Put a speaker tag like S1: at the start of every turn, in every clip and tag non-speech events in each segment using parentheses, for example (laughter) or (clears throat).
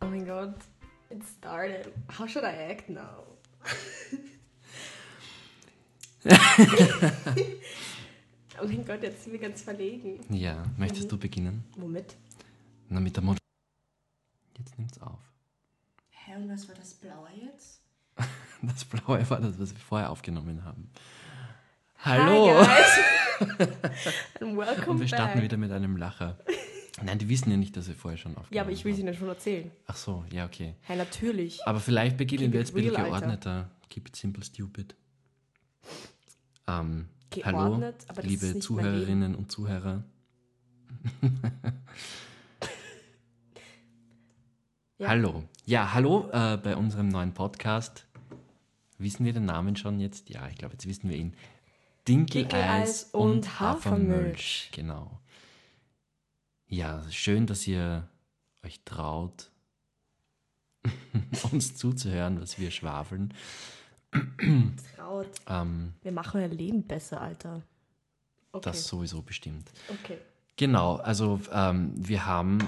S1: Oh mein Gott, it started. How should I act now? oh mein Gott, jetzt sind wir ganz verlegen.
S2: Ja, möchtest
S1: Mhm.
S2: du beginnen?
S1: Womit?
S2: Na, mit der Mod. Jetzt nimmt's auf.
S3: Hä, und was war das Blaue jetzt?
S2: (laughs) Das Blaue war das, was wir vorher aufgenommen haben. Hallo!
S1: Hi guys.
S2: (laughs)
S1: And welcome
S2: Und wir starten
S1: back.
S2: wieder mit einem Lacher. Nein, die wissen ja nicht, dass wir vorher schon aufgenommen haben.
S1: Ja, aber ich will sie ihnen schon erzählen.
S2: Ach so, ja, okay.
S1: Hey, natürlich.
S2: Aber vielleicht beginnen
S1: Keep
S2: wir
S1: it
S2: jetzt ein bisschen
S1: real, Alter.
S2: geordneter. Keep it simple, stupid. Ähm,
S1: Geordnet,
S2: hallo,
S1: aber das ist
S2: liebe
S1: nicht mein Leben.
S2: Zuhörerinnen und Zuhörer.
S1: (laughs) Ja.
S2: Hallo. Ja, hallo äh, bei unserem neuen Podcast. Wissen wir den Namen schon jetzt? Ja, ich glaube, jetzt wissen wir ihn. Dinkeleis
S1: Dinkeleis
S2: und,
S1: und
S2: Hafermilch.
S1: Hafermilch.
S2: Genau. Ja, schön, dass ihr euch traut, (laughs) uns zuzuhören, was wir schwafeln.
S1: Traut.
S2: Ähm,
S1: Wir machen euer Leben besser, Alter. Okay.
S2: Das sowieso bestimmt.
S1: Okay.
S2: Genau, also ähm, wir haben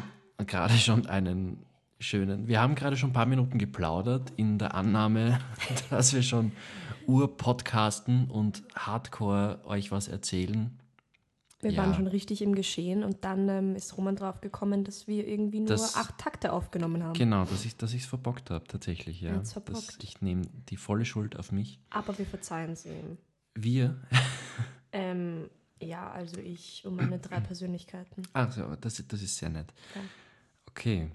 S2: gerade (laughs) schon einen schönen, wir haben gerade schon ein paar Minuten geplaudert in der Annahme, (laughs) dass wir schon urpodcasten und hardcore euch was erzählen.
S1: Wir
S2: Ja.
S1: waren schon richtig im Geschehen und dann ähm, ist Roman draufgekommen, dass wir irgendwie nur
S2: Das-
S1: acht Takte aufgenommen haben.
S2: Genau, dass ich es verbockt habe tatsächlich, ja.
S1: Hat's verbockt.
S2: Dass ich nehme die volle Schuld auf mich.
S1: Aber wir verzeihen es ihm.
S2: Wir,
S1: Ähm, ja, also ich und meine
S2: (clears throat)
S1: drei Persönlichkeiten.
S2: ach so, das, das ist sehr nett.
S1: Ja.
S2: Okay.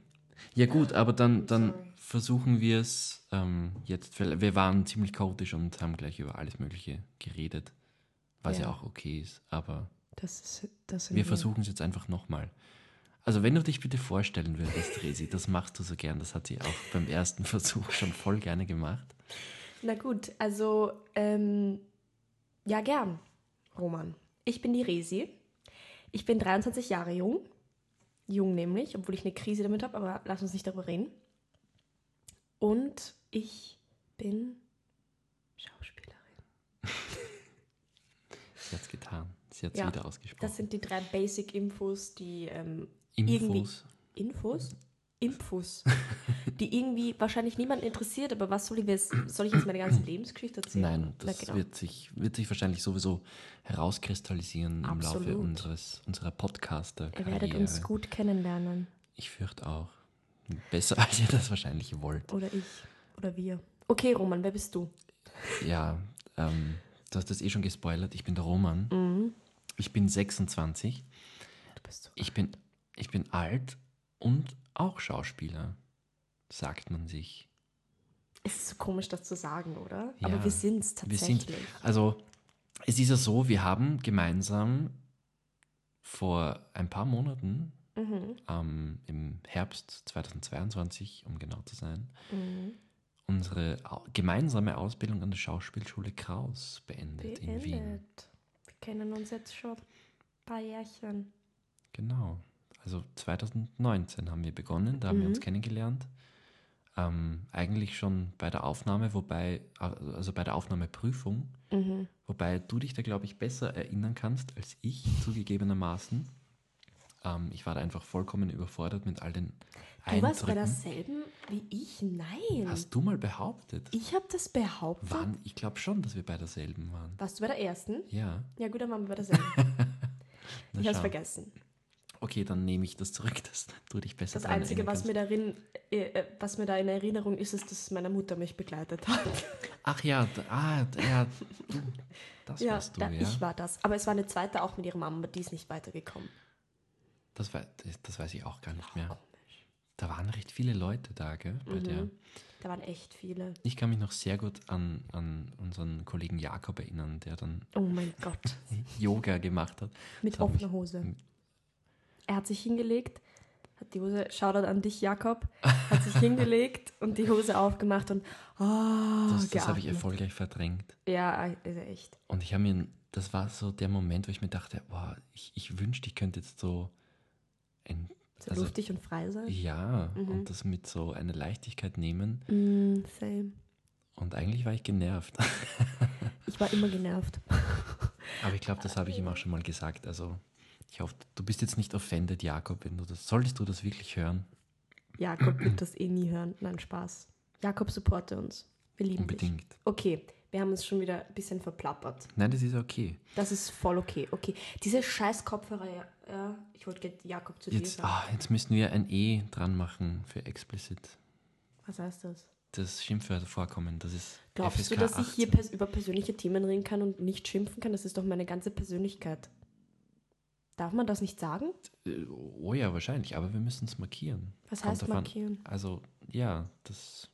S2: Ja gut, aber dann, dann
S3: Sorry.
S2: versuchen wir es ähm, jetzt. weil Wir waren ziemlich chaotisch und haben gleich über alles Mögliche geredet, was ja,
S1: Ja. Mhm.
S2: auch okay ist. Aber
S1: Das ist das sind
S2: wir versuchen es jetzt einfach nochmal. Also wenn du dich bitte vorstellen würdest, Resi, das machst du so gern. Das hat sie auch beim ersten Versuch schon voll gerne gemacht.
S1: Na gut, also ähm, ja gern, Roman. Ich bin die Resi. Ich bin 23 Jahre jung. Jung nämlich, obwohl ich eine Krise damit habe, aber lass uns nicht darüber reden. Und ich bin Schauspielerin.
S2: Sie hat es getan. Sie hat es
S1: Ja,
S2: wieder ausgesprochen.
S1: Das sind die drei Basic-Infos, die ähm, irgendwie Infos?
S2: Infos. (laughs)
S1: Infos. die irgendwie wahrscheinlich niemanden interessiert, aber was soll ich jetzt, soll ich jetzt meine ganze Lebensgeschichte erzählen?
S2: Nein,
S1: Na
S2: das
S1: genau.
S2: wird, sich, wird sich wahrscheinlich sowieso herauskristallisieren im Laufe
S1: Absolut.
S2: unseres, unserer Podcaster.
S1: Ihr werdet uns gut kennenlernen.
S2: Ich fürchte auch. Besser (laughs) als ihr das wahrscheinlich wollt.
S1: Oder ich. Oder wir. Okay, Roman, wer bist du?
S2: Ja, ähm, du hast das eh schon gespoilert. Ich bin der Roman.
S1: Mhm.
S2: Ich bin 26.
S1: Du bist so.
S2: Ich bin, ich bin alt und auch Schauspieler, sagt man sich.
S1: Es ist so komisch, das zu sagen, oder?
S2: Ja,
S1: Aber wir sind's
S2: Wir
S1: tatsächlich.
S2: sind, also es ist ja so, wir haben gemeinsam vor ein paar Monaten,
S1: Mhm.
S2: ähm, im Herbst 2022, um genau zu sein,
S1: Mhm.
S2: unsere au- gemeinsame Ausbildung an der Schauspielschule Kraus beendet, in Wien.
S1: Beendet. Wir kennen uns jetzt schon ein paar Jährchen.
S2: Genau. Also 2019 haben wir begonnen, da haben wir uns
S1: Mhm.
S2: kennengelernt. Ähm, eigentlich schon bei der Aufnahme, wobei, also bei der Aufnahmeprüfung,
S1: Mhm.
S2: wobei du dich da, glaube ich, besser erinnern kannst als ich, zugegebenermaßen. Ähm, ich war da einfach vollkommen überfordert mit all den
S1: Du warst bei
S2: Eindrücken.
S1: derselben wie ich? Nein.
S2: Hast du mal behauptet?
S1: ich habe das behauptet.
S2: Wann? Ich glaube schon, dass wir bei derselben waren.
S1: Warst du bei der ersten?
S2: Ja.
S1: Ja, gut, dann waren wir bei derselben.
S2: (laughs) na
S1: ich habe es
S2: schau.
S1: vergessen.
S2: Okay, dann nehme ich das zurück, (laughs) dass du dich besser
S1: Das
S2: dran
S1: Einzige,
S2: erinnern
S1: was mir, darin, äh, äh, was mir da in Erinnerung ist, ist, dass meine Mutter mich begleitet hat.
S2: kannst. Ach ja, d- ah, d-
S1: (laughs)
S2: ja, du, das
S1: ja,
S2: warst du,
S1: da,
S2: ja.
S1: ich war das. Aber es war eine zweite auch mit ihrer Mama, aber die ist nicht weitergekommen.
S2: das, wei- das- das weiß ich auch gar nicht mehr.
S1: Komisch.
S2: Da waren recht viele Leute da, gell, bei dir.
S1: Mhm. Da waren echt viele.
S2: Ich kann mich noch sehr gut an, an unseren Kollegen Jakob erinnern, der dann
S1: Oh mein Gott.
S2: Yoga gemacht hat.
S1: Mit
S2: Das Hm. hat mich-
S1: offener Hose. Er hat sich hingelegt, hat die Hose, Shoutout an dich, Jakob, hat
S2: (laughs)
S1: sich hingelegt und die Hose aufgemacht und oh,
S2: Das, das habe ich
S1: geatmet.
S2: erfolgreich verdrängt.
S1: Ja, also echt.
S2: Und ich habe mir, das war so der Moment, wo ich mir dachte, boah, ich, ich wünschte, ich könnte jetzt so ein,
S1: So
S2: also
S1: luftig und frei sein.
S2: Ja,
S1: Mhm.
S2: und das mit so einer Leichtigkeit nehmen.
S1: Mm, same.
S2: Und eigentlich war ich genervt. (laughs)
S1: Ich war immer genervt.
S2: Aber ich glaube, das habe ich ihm auch schon mal gesagt. Also Ich hoffe, du bist jetzt nicht offended, Jakob, wenn du das. Solltest du das wirklich hören?
S1: Jakob wird das eh nie hören. Nein, Spaß. Jakob, supporte uns. Wir lieben dich.
S2: Unbedingt.
S1: Okay, wir haben uns schon wieder ein bisschen verplappert.
S2: Nein, das ist okay.
S1: Das ist voll okay. Okay, diese scheiß Kopfhörer, ja, ja, ich wollte gerade Jakob zu dir
S2: Jetzt,
S1: sagen.
S2: ah, jetzt müssen wir ein E dran machen für explicit.
S1: Was heißt das?
S2: Das Schimpfwörter vorkommen, das ist
S1: Glaubst
S2: FSK
S1: du, dass ich hier
S2: 18.
S1: pers über persönliche Themen reden kann und nicht schimpfen kann? Das ist doch meine ganze Persönlichkeit. Darf man das nicht sagen?
S2: Äh, Oh ja, wahrscheinlich, aber wir müssen es markieren.
S1: Was
S2: Kommt
S1: heißt
S2: drauf an.
S1: markieren?
S2: Also, ja, das,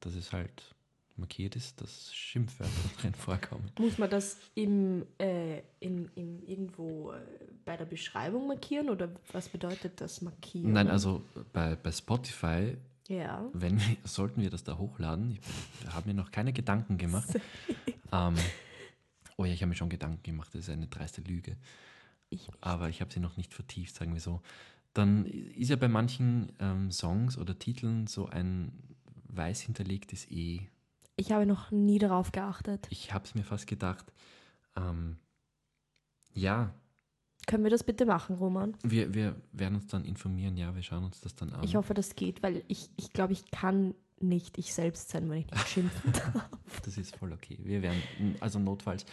S2: das ist halt markiert ist, dass Schimpfwörter (laughs) drin vorkommen.
S1: Muss man das im, äh, im, im irgendwo äh, bei der Beschreibung markieren oder was bedeutet das markieren?
S2: Nein, also bei, bei Spotify,
S1: Ja.
S2: wenn wir, (laughs) sollten wir das da hochladen, ich habe mir noch keine Gedanken gemacht. ähm, oh ja, ich habe mir schon Gedanken gemacht, das ist eine dreiste Lüge.
S1: Ich
S2: aber ich habe sie noch nicht vertieft, sagen wir so. Dann ist ja bei manchen ähm, Songs oder Titeln so ein weiß hinterlegtes E.
S1: Ich habe noch nie darauf geachtet.
S2: Ich habe es mir fast gedacht. Ähm, ja,
S1: Können wir das bitte machen, Roman?
S2: wir, wir werden uns dann informieren. Ja, wir schauen uns das dann an.
S1: Ich hoffe, das geht, weil ich, ich glaube, ich kann nicht ich selbst sein, wenn ich nicht schimpfen
S2: (laughs)
S1: darf.
S2: Das ist voll okay. Wir werden, also notfalls.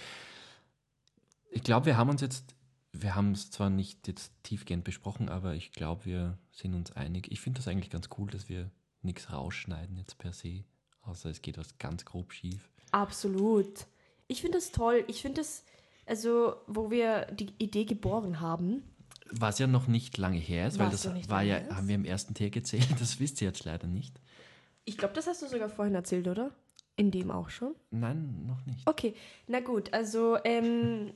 S2: Ich glaube, wir haben uns jetzt, wir haben es zwar nicht jetzt tiefgehend besprochen, aber ich glaube, wir sind uns einig. Ich finde das eigentlich ganz cool, dass wir nichts rausschneiden jetzt per se, außer es geht was ganz grob schief.
S1: Absolut. Ich finde das toll. Ich finde das, also, wo wir die Idee geboren haben,
S2: Was ja noch nicht lange her ist, weil
S1: Was
S2: das
S1: noch nicht
S2: war
S1: lange
S2: ja,
S1: her ist.
S2: haben wir im ersten Tag erzählt, (laughs) das wisst ihr jetzt leider nicht.
S1: ich glaube, das hast du sogar vorhin erzählt, oder? In dem auch schon.
S2: Nein, noch nicht.
S1: Okay, na gut, also, ähm,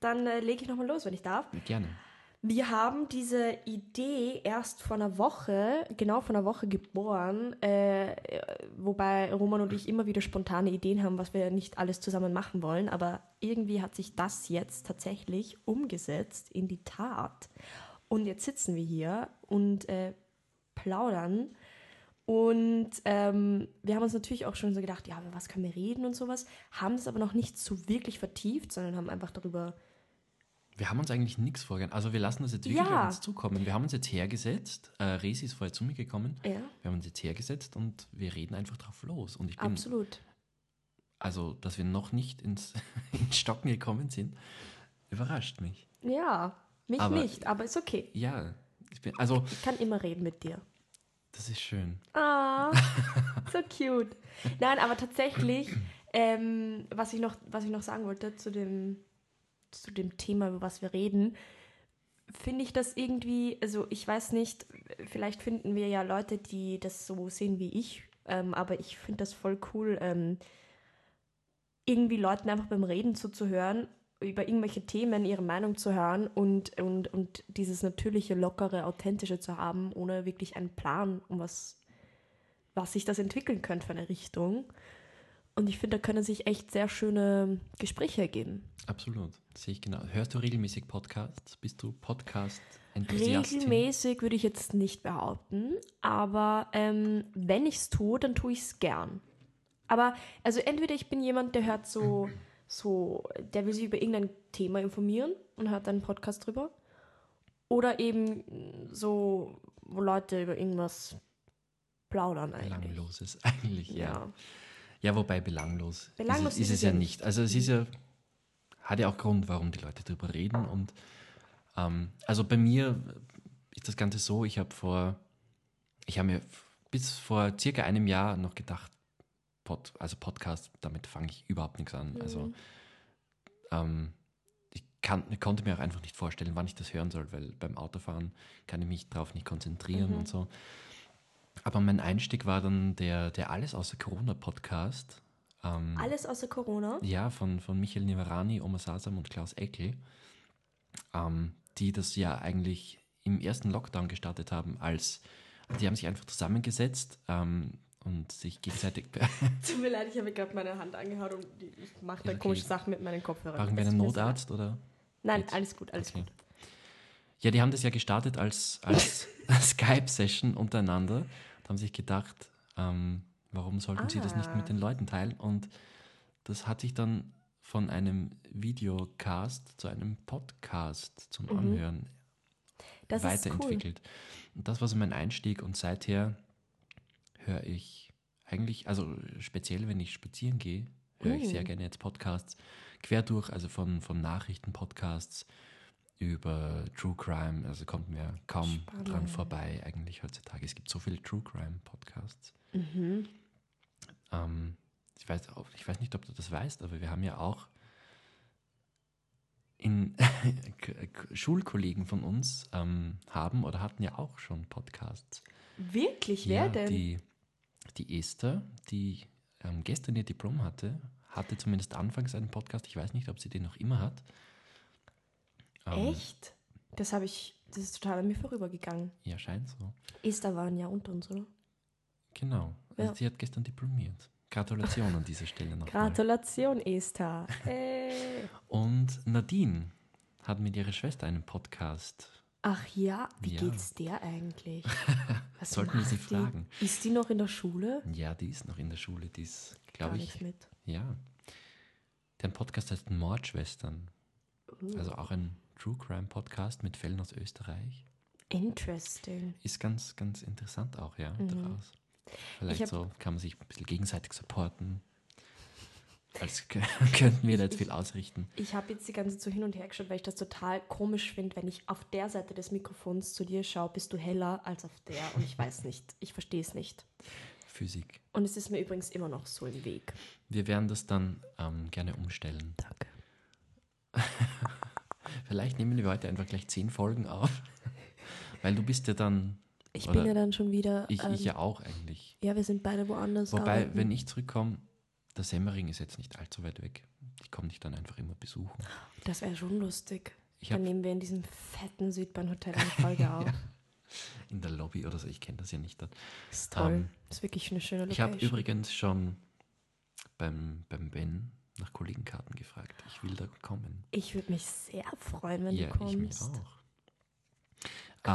S1: dann äh, lege ich nochmal los, wenn ich darf.
S2: Gerne.
S1: Wir haben diese Idee erst vor einer Woche, genau vor einer Woche geboren, äh, wobei Roman und ich immer wieder spontane Ideen haben, was wir nicht alles zusammen machen wollen, aber irgendwie hat sich das jetzt tatsächlich umgesetzt in die Tat. Und jetzt sitzen wir hier und äh, plaudern. Und ähm, wir haben uns natürlich auch schon so gedacht, ja, über was können wir reden und sowas, haben es aber noch nicht so wirklich vertieft, sondern haben einfach darüber
S2: Wir haben uns eigentlich nichts vorgegangen. Also wir lassen das jetzt wirklich
S1: Ja.
S2: auf uns zukommen. Wir haben uns jetzt hergesetzt. Äh, Resi ist vorher zu mir gekommen.
S1: Ja.
S2: Wir haben uns jetzt hergesetzt und wir reden einfach drauf los. Und ich bin,
S1: absolut.
S2: also, dass wir noch nicht ins, (laughs) ins Stocken gekommen sind, überrascht mich.
S1: Ja, mich
S2: Aber-
S1: nicht, aber ist okay.
S2: Ja, ich bin, also,
S1: Ich kann immer reden mit dir.
S2: das ist schön.
S1: Ah, so cute. Nein, aber tatsächlich, ähm, was, ich noch, was ich noch sagen wollte zu dem, zu dem Thema, über was wir reden, finde ich das irgendwie, also ich weiß nicht, vielleicht finden wir ja Leute, die das so sehen wie ich, ähm, aber ich finde das voll cool, ähm, irgendwie Leuten einfach beim Reden zuzuhören, über irgendwelche Themen ihre Meinung zu hören und, und, und dieses natürliche, lockere, authentische zu haben, ohne wirklich einen Plan, um was was sich das entwickeln könnte für eine Richtung. Und ich finde, da können sich echt sehr schöne Gespräche ergeben.
S2: Absolut. Sehe ich genau. Hörst du regelmäßig Podcasts? Bist du Podcast-Enthusiastin?
S1: Regelmäßig würde ich jetzt nicht behaupten, aber ähm, wenn ich es tue, dann tue ich es gern. Aber also entweder ich bin jemand, der hört so, so, der will sich über irgendein Thema informieren und hört einen Podcast drüber. Oder eben mh, so, wo Leute über irgendwas plaudern eigentlich.
S2: Belangloses eigentlich, ja.
S1: Ja.
S2: ja. wobei belanglos,
S1: Belanglos
S2: ist, es, ist es ja nicht. Also es ist ja, hat ja auch Grund, warum die Leute drüber reden. Und ähm, also bei mir ist das Ganze so, ich habe vor, ich habe mir f- bis vor circa einem Jahr noch gedacht, Pod, also Podcast, damit fange ich überhaupt nichts an. Also
S1: Mhm.
S2: ähm, ich kann, konnte mir auch einfach nicht vorstellen, wann ich das hören soll, weil beim Autofahren kann ich mich darauf nicht
S1: Mhm.
S2: konzentrieren und so. Aber mein Einstieg war dann der, der Alles außer Corona-Podcast. Ähm,
S1: Alles außer Corona.
S2: ja, von, von Michael Nivarani, Oma Sasam und Klaus Eckel, ähm, die das ja eigentlich im ersten Lockdown gestartet haben, als die haben sich einfach zusammengesetzt ähm, und sich gegenseitig (laughs) be-
S1: Tut mir leid, ich habe gerade meine Hand angehauen und die- ich mache da
S2: Ist okay.
S1: komische Sachen mit meinen Kopfhörern.
S2: brauchen wir
S1: Das
S2: einen
S1: tut mir so leid.
S2: Notarzt oder?
S1: Nein,
S2: Geht's?
S1: alles gut, alles
S2: Okay.
S1: gut.
S2: Ja, die haben das ja gestartet als, als
S1: (laughs)
S2: Skype-Session untereinander und haben sich gedacht, ähm, warum sollten sie das nicht
S1: Ah.
S2: mit den Leuten teilen? Und das hat sich dann von einem Videocast zu einem Podcast zum
S1: Mhm.
S2: Anhören
S1: Das ist cool.
S2: weiterentwickelt. Und das war so mein Einstieg und seither höre ich eigentlich, also speziell wenn ich spazieren gehe, höre ich
S1: Mm.
S2: sehr gerne jetzt Podcasts quer durch, also von, von Nachrichten-Podcasts über True Crime, also kommt mir kaum dran
S1: Spannend.
S2: vorbei eigentlich heutzutage. Es gibt so viele True Crime-Podcasts.
S1: Mhm.
S2: Ähm, ich, weiß, auch- ich weiß nicht, ob du das weißt, aber wir haben ja auch in (laughs) K- K- Schulkollegen von uns ähm, haben oder hatten ja auch schon Podcasts.
S1: Wirklich,
S2: ja,
S1: wer denn?
S2: Die, die Esther, die ähm, gestern ihr Diplom hatte, hatte zumindest anfangs einen Podcast. Ich weiß nicht, ob sie den noch immer hat. Ähm,
S1: Echt? Das habe ich, das ist total an mir vorübergegangen.
S2: Ja, scheint so.
S1: Esther waren ja unter uns, oder?
S2: Genau. Also
S1: Ja.
S2: sie hat gestern diplomiert. Gratulation an dieser Stelle nochmal.
S1: Gratulation, Esther. Äh.
S2: Und Nadine hat mit ihrer Schwester einen Podcast.
S1: Ach ja, wie
S2: Ja.
S1: geht's der
S2: (laughs)
S1: eigentlich? Was
S2: Sollten wir sie
S1: macht die?
S2: fragen.
S1: Ist die noch in der Schule?
S2: Ja, die ist noch in der Schule, die ist,
S1: Gar
S2: glaube
S1: nichts
S2: ich,
S1: mit.
S2: ja. Deren Podcast heißt Mordschwestern.
S1: Uh.
S2: Also auch ein True Crime Podcast mit Fällen aus Österreich.
S1: Interesting.
S2: Ist ganz, ganz interessant auch, ja, daraus.
S1: Mhm. Ich
S2: Vielleicht
S1: hab-
S2: so kann man sich ein bisschen gegenseitig supporten. Als kö- (laughs) könnten wir da jetzt viel ausrichten.
S1: Ich habe jetzt die ganze Zeit so hin und her geschaut, weil ich das total komisch finde, wenn ich auf der Seite des Mikrofons zu dir schaue, bist du heller als auf der und ich weiß nicht, ich verstehe es nicht.
S2: Physik.
S1: Und es ist mir übrigens immer noch so im Weg.
S2: Wir werden das dann ähm, gerne umstellen.
S1: Danke.
S2: Vielleicht nehmen wir heute einfach gleich zehn Folgen auf. (laughs) Weil du bist ja dann,
S1: Ich
S2: Oder
S1: bin ja dann schon wieder.
S2: ich,
S1: ähm,
S2: ich ja auch eigentlich.
S1: ja, wir sind beide woanders.
S2: Wobei,
S1: arbeiten.
S2: wenn ich zurückkomme, der Semmering ist jetzt nicht allzu weit weg. Ich komme dich dann einfach immer besuchen.
S1: Das wäre schon lustig.
S2: Ich
S1: dann
S2: hab-
S1: nehmen wir in diesem fetten Südbahnhotel eine
S2: (laughs)
S1: Folge auf.
S2: In der Lobby oder so, ich kenne das ja nicht. dort.
S1: Ist toll.
S2: Ähm,
S1: ist wirklich eine schöne
S2: Ich habe
S1: Location.
S2: übrigens schon beim, beim Ben nach Kollegenkarten gefragt. Ich will da kommen.
S1: Ich würde mich sehr freuen, wenn
S2: ja,
S1: du
S2: ich mich
S1: kommst.
S2: auch.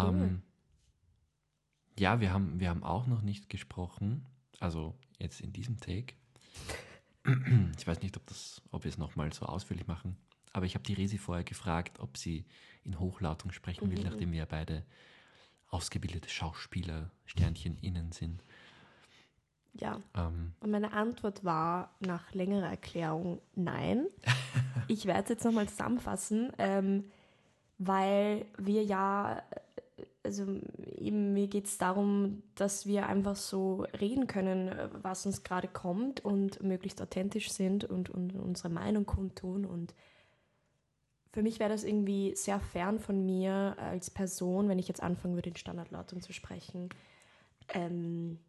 S1: Cool.
S2: Ähm, ja, wir haben, wir haben auch noch nicht gesprochen. Also jetzt in diesem Take. (clears throat) Ich weiß nicht, ob, das, ob wir es nochmal so ausführlich machen. Aber ich habe die Resi vorher gefragt, ob sie in Hochlautung sprechen
S1: Mhm.
S2: will, nachdem wir beide ausgebildete Schauspieler, Sternchen innen sind.
S1: Ja.
S2: Ähm,
S1: Und meine Antwort war nach längerer Erklärung nein. Ich werde es jetzt nochmal zusammenfassen, ähm, weil wir ja, äh, also eben, mir geht es darum, dass wir einfach so reden können, äh, was uns gerade kommt und möglichst authentisch sind und, und unsere Meinung kundtun. Und für mich wäre das irgendwie sehr fern von mir als Person, wenn ich jetzt anfangen würde, in Standardlautung zu sprechen. Ähm,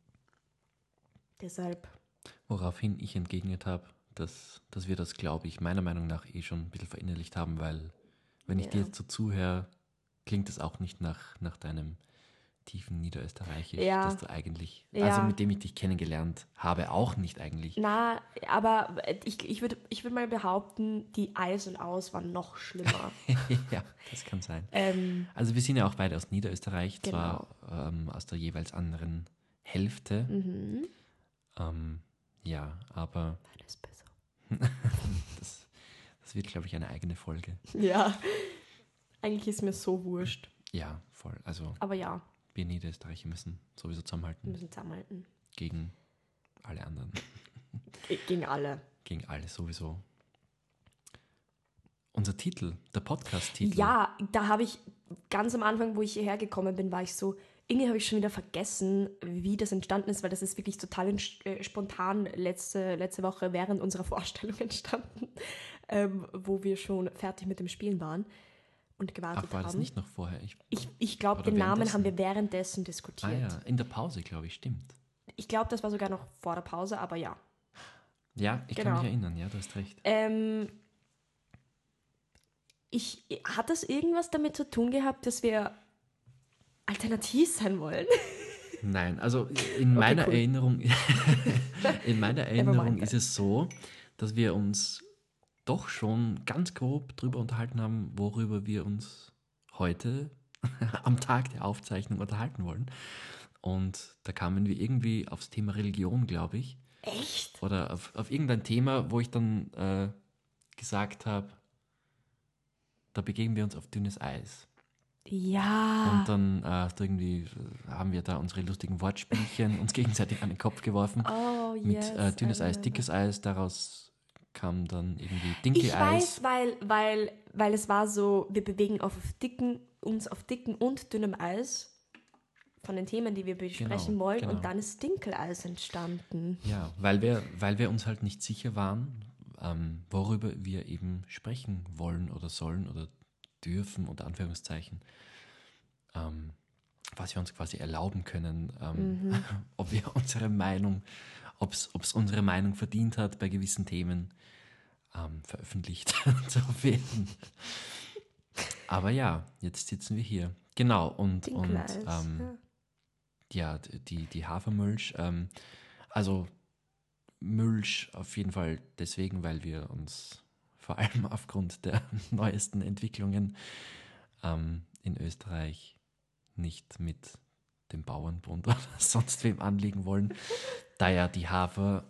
S1: deshalb.
S2: woraufhin ich entgegnet habe, dass, dass wir das, glaube ich, meiner Meinung nach eh schon ein bisschen verinnerlicht haben, weil wenn ich dir
S1: Ja.
S2: jetzt so zuhöre, klingt es auch nicht nach, nach deinem tiefen Niederösterreichisch,
S1: Ja.
S2: dass du eigentlich,
S1: Ja.
S2: also mit dem ich dich kennengelernt habe, auch nicht
S1: (laughs)
S2: eigentlich.
S1: Na, aber äh, ich, ich würde ich würd mal behaupten, die Eis und Aus waren noch
S2: (laughs)
S1: schlimmer.
S2: ja, das kann sein.
S1: ähm,
S2: Also wir sind ja auch beide aus Niederösterreich,
S1: Genau.
S2: zwar ähm, aus der jeweils anderen Hälfte.
S1: mhm.
S2: Ähm, ja, aber
S1: Meine ist besser.
S2: das, das wird, glaube ich, eine eigene Folge.
S1: Ja. Eigentlich ist mir so wurscht.
S2: Ja, voll. Also
S1: Aber ja,
S2: wir Niederösterreicher müssen sowieso
S1: wir
S2: zusammenhalten
S1: müssen zusammenhalten.
S2: gegen alle anderen, (laughs)
S1: Ge- Gegen alle.
S2: gegen alle sowieso. Unser Titel, der Podcast-Titel.
S1: Ja, da habe ich ganz am Anfang, wo ich hierher gekommen bin, war ich so, irgendwie habe ich schon wieder vergessen, wie das entstanden ist, weil das ist wirklich total ents- äh, spontan letzte, letzte Woche während unserer Vorstellung (laughs) entstanden, ähm, wo wir schon fertig mit dem Spielen waren und gewartet
S2: Ach, war
S1: haben.
S2: das nicht noch vorher? Ich,
S1: Ich, ich glaube,
S2: Oder
S1: den Namen haben
S2: währenddessen?
S1: wir währenddessen
S2: ah
S1: diskutiert.
S2: ja, in der Pause, glaube ich, stimmt.
S1: Ich glaube, das war sogar noch vor der Pause, aber ja.
S2: Ja, ich
S1: Genau.
S2: kann mich erinnern, ja, du hast recht.
S1: Ähm, ich, hat das irgendwas damit zu tun gehabt, dass wir alternativ sein wollen? (laughs)
S2: Nein, also in meiner
S1: cool.
S2: Erinnerung, (laughs) in meiner Erinnerung
S1: mind.
S2: ist es so, dass wir uns doch schon ganz grob drüber unterhalten haben, worüber wir uns heute (laughs) am Tag der Aufzeichnung unterhalten wollen. Und da kamen wir irgendwie aufs Thema Religion, glaube ich,
S1: Echt?
S2: oder auf, auf irgendein Thema, wo ich dann äh, gesagt habe, da begeben wir uns auf dünnes Eis.
S1: Ja. Ah.
S2: Und dann äh, hast du irgendwie äh, haben wir da unsere lustigen Wortspielchen uns (laughs) gegenseitig an den Kopf geworfen.
S1: oh,
S2: mit
S1: yes,
S2: äh, dünnes
S1: I
S2: Eis,
S1: remember.
S2: dickes Eis, daraus kam dann irgendwie
S1: Ich weiß,
S2: Dinky-Eis.
S1: weil, weil, weil es war so, wir bewegen auf dicken, uns auf dicken und dünnem Eis von den Themen, die wir besprechen
S2: Genau,
S1: wollen.
S2: genau.
S1: Und dann ist Dinkeleis entstanden.
S2: Ja, weil wir, weil wir uns halt nicht sicher waren, ähm, worüber wir eben sprechen wollen oder sollen oder dürfen, unter Anführungszeichen. Ähm, was wir uns quasi erlauben können, ähm, (laughs) ob wir unsere Meinung, ob es unsere Meinung verdient hat, bei gewissen Themen ähm, veröffentlicht (laughs) zu werden. Aber ja, jetzt sitzen wir hier. Genau, und, und
S1: Dinkeleis.
S2: ähm,
S1: ja.
S2: ja, d- die, die Hafermilch. Ähm, also Milch auf jeden Fall deswegen, weil wir uns vor allem (laughs) aufgrund der neuesten Entwicklungen ähm, in Österreich nicht mit dem Bauernbund (laughs) oder sonst wem anlegen wollen, da ja die Hafer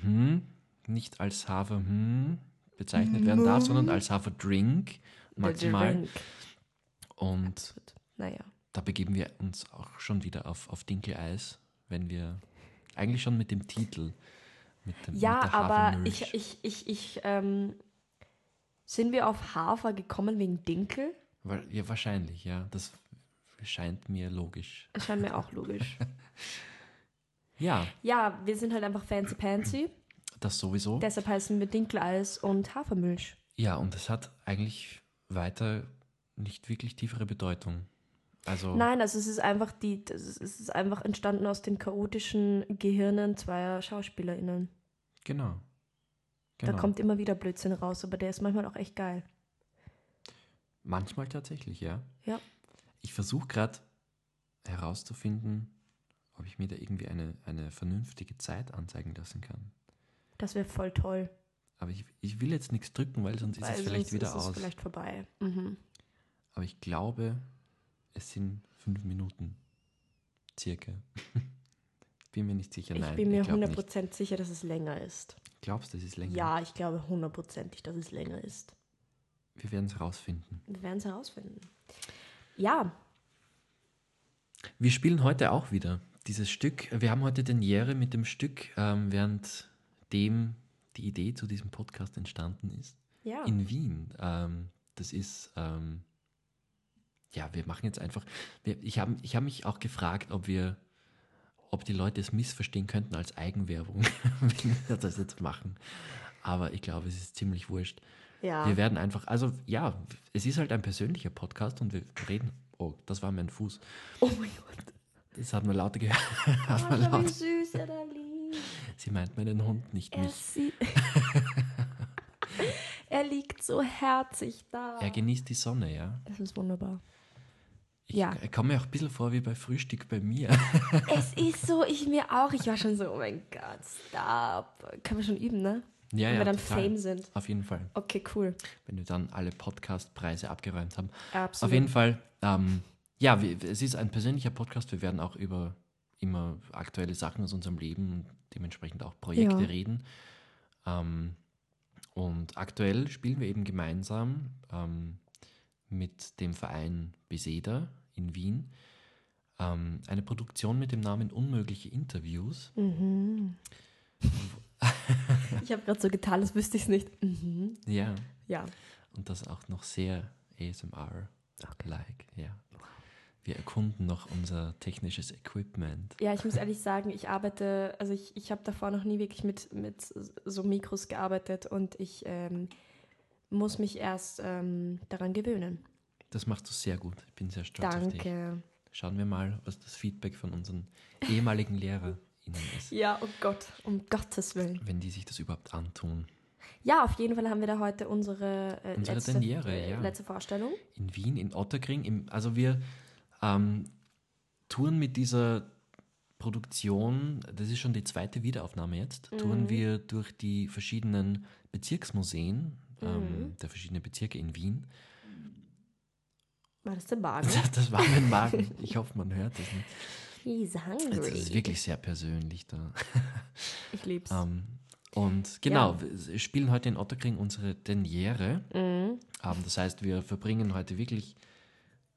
S2: hm, nicht als Hafer hm, bezeichnet werden darf, sondern als Haferdrink maximal.
S1: Drink.
S2: Und
S1: Gut. Naja.
S2: da begeben wir uns auch schon wieder auf, auf Dinkeleis, wenn wir eigentlich schon mit dem Titel. Mit dem, mit
S1: Ja,
S2: der
S1: aber
S2: Hafermilch.
S1: ich, ich, ich, ich, ähm, sind wir auf Hafer gekommen wegen Dinkel?
S2: Wa- Ja, wahrscheinlich, ja. Das scheint mir logisch.
S1: Das scheint mir auch
S2: (laughs)
S1: logisch.
S2: Ja,
S1: Ja, wir sind halt einfach fancy pantsy.
S2: das sowieso.
S1: Deshalb heißen wir Dinkeleis und Hafermilch.
S2: ja, und es hat eigentlich weiter nicht wirklich tiefere Bedeutung. Also,
S1: Nein, also es ist einfach die, das ist- es ist einfach entstanden aus den chaotischen Gehirnen zweier SchauspielerInnen.
S2: genau. genau.
S1: Da kommt immer wieder Blödsinn raus, aber der ist manchmal auch echt geil.
S2: Manchmal tatsächlich, ja.
S1: Ja.
S2: Ich versuche gerade herauszufinden, ob ich mir da irgendwie eine, eine vernünftige Zeit anzeigen lassen kann.
S1: Das wäre voll toll.
S2: Aber ich, ich will jetzt nichts drücken, weil sonst ist
S1: weil
S2: es vielleicht
S1: sonst
S2: wieder
S1: ist
S2: aus.
S1: Es vielleicht vorbei. Mhm.
S2: Aber ich glaube, es sind fünf Minuten. Circa. (laughs) bin mir nicht sicher. Nein,
S1: ich bin mir
S2: glaub nicht. Mhm.
S1: 100% sicher, dass es länger ist.
S2: Glaubst du, es ist länger?
S1: Ja, ich glaube hundertprozentig, dass es länger ist.
S2: Wir werden es rausfinden.
S1: Wir werden es herausfinden. Ja,
S2: Wir spielen heute auch wieder dieses Stück. Wir haben heute den Jere mit dem Stück, ähm, während dem die Idee zu diesem Podcast entstanden ist.
S1: ja.
S2: In Wien. Ähm, das ist, ähm, ja, wir machen jetzt einfach. Wir, ich habe ich hab mich auch gefragt, ob wir, ob die Leute es missverstehen könnten als Eigenwerbung, (laughs) wenn wir das jetzt machen. Aber ich glaube, es ist ziemlich wurscht.
S1: ja.
S2: Wir werden einfach, also ja, es ist halt ein persönlicher Podcast und wir reden. Oh, das war mein Fuß.
S1: oh mein
S2: (laughs)
S1: Gott.
S2: Das hat man lauter gehört. (laughs)
S1: Oh,
S2: Hat man
S1: schau, wie
S2: laut.
S1: süß er da liegt.
S2: Sie meint meinen Hund, nicht
S1: Er,
S2: mich. (laughs)
S1: sieht er liegt so herzig da.
S2: Er genießt die Sonne, ja.
S1: Es ist wunderbar.
S2: Ich
S1: Ja.
S2: komme mir auch ein bisschen vor wie bei Frühstück bei mir. (laughs)
S1: Es ist so, ich mir auch. Ich war schon so, oh mein Gott, stop. Können wir schon üben, ne?
S2: Ja,
S1: Wenn
S2: ja,
S1: wir dann
S2: total.
S1: Fame sind.
S2: Auf jeden Fall.
S1: Okay, cool.
S2: wenn wir dann alle Podcast-Preise abgeräumt haben.
S1: Absolut.
S2: Auf jeden Fall, ähm, ja, wir, es ist ein persönlicher Podcast. Wir werden auch über immer aktuelle Sachen aus unserem Leben und dementsprechend auch Projekte
S1: Ja.
S2: reden. Ähm, und aktuell spielen wir eben gemeinsam ähm, mit dem Verein Beseda in Wien ähm, eine Produktion mit dem Namen Unmögliche Interviews.
S1: Mhm. Ich habe gerade so getan, als wüsste ich es nicht. Mhm.
S2: Ja.
S1: Ja.
S2: Und das auch noch sehr ASMR-like, ja. Wir erkunden noch unser technisches Equipment.
S1: Ja, ich muss ehrlich sagen, ich arbeite, also ich, ich habe davor noch nie wirklich mit, mit so Mikros gearbeitet und ich ähm, muss mich erst ähm, daran gewöhnen.
S2: Das machst du sehr gut. Ich bin sehr stolz auf dich.
S1: Danke.
S2: Schauen wir mal, was das Feedback von unseren ehemaligen LehrerInnen ist.
S1: Ja, oh Gott, um Gottes Willen.
S2: Wenn die sich das überhaupt antun.
S1: Ja, auf jeden Fall haben wir da heute unsere, äh,
S2: Unsere
S1: letzte,
S2: Derniere,
S1: äh,
S2: ja.
S1: letzte Vorstellung.
S2: in Wien, in Otterkring. Im, also wir ähm, touren mit dieser Produktion, das ist schon die zweite Wiederaufnahme jetzt,
S1: Mhm.
S2: touren wir durch die verschiedenen Bezirksmuseen
S1: Mhm.
S2: ähm, der verschiedenen Bezirke in Wien.
S1: War das der Magen?
S2: (laughs) Das war mein Magen. Ich hoffe, man hört das nicht.
S1: He's hungry. (laughs)
S2: Das ist wirklich sehr persönlich da.
S1: ich lieb's.
S2: Ähm, Und genau, wir spielen heute in Otterkring unsere Deniere.
S1: Mhm.
S2: Abend. Das heißt, wir verbringen heute wirklich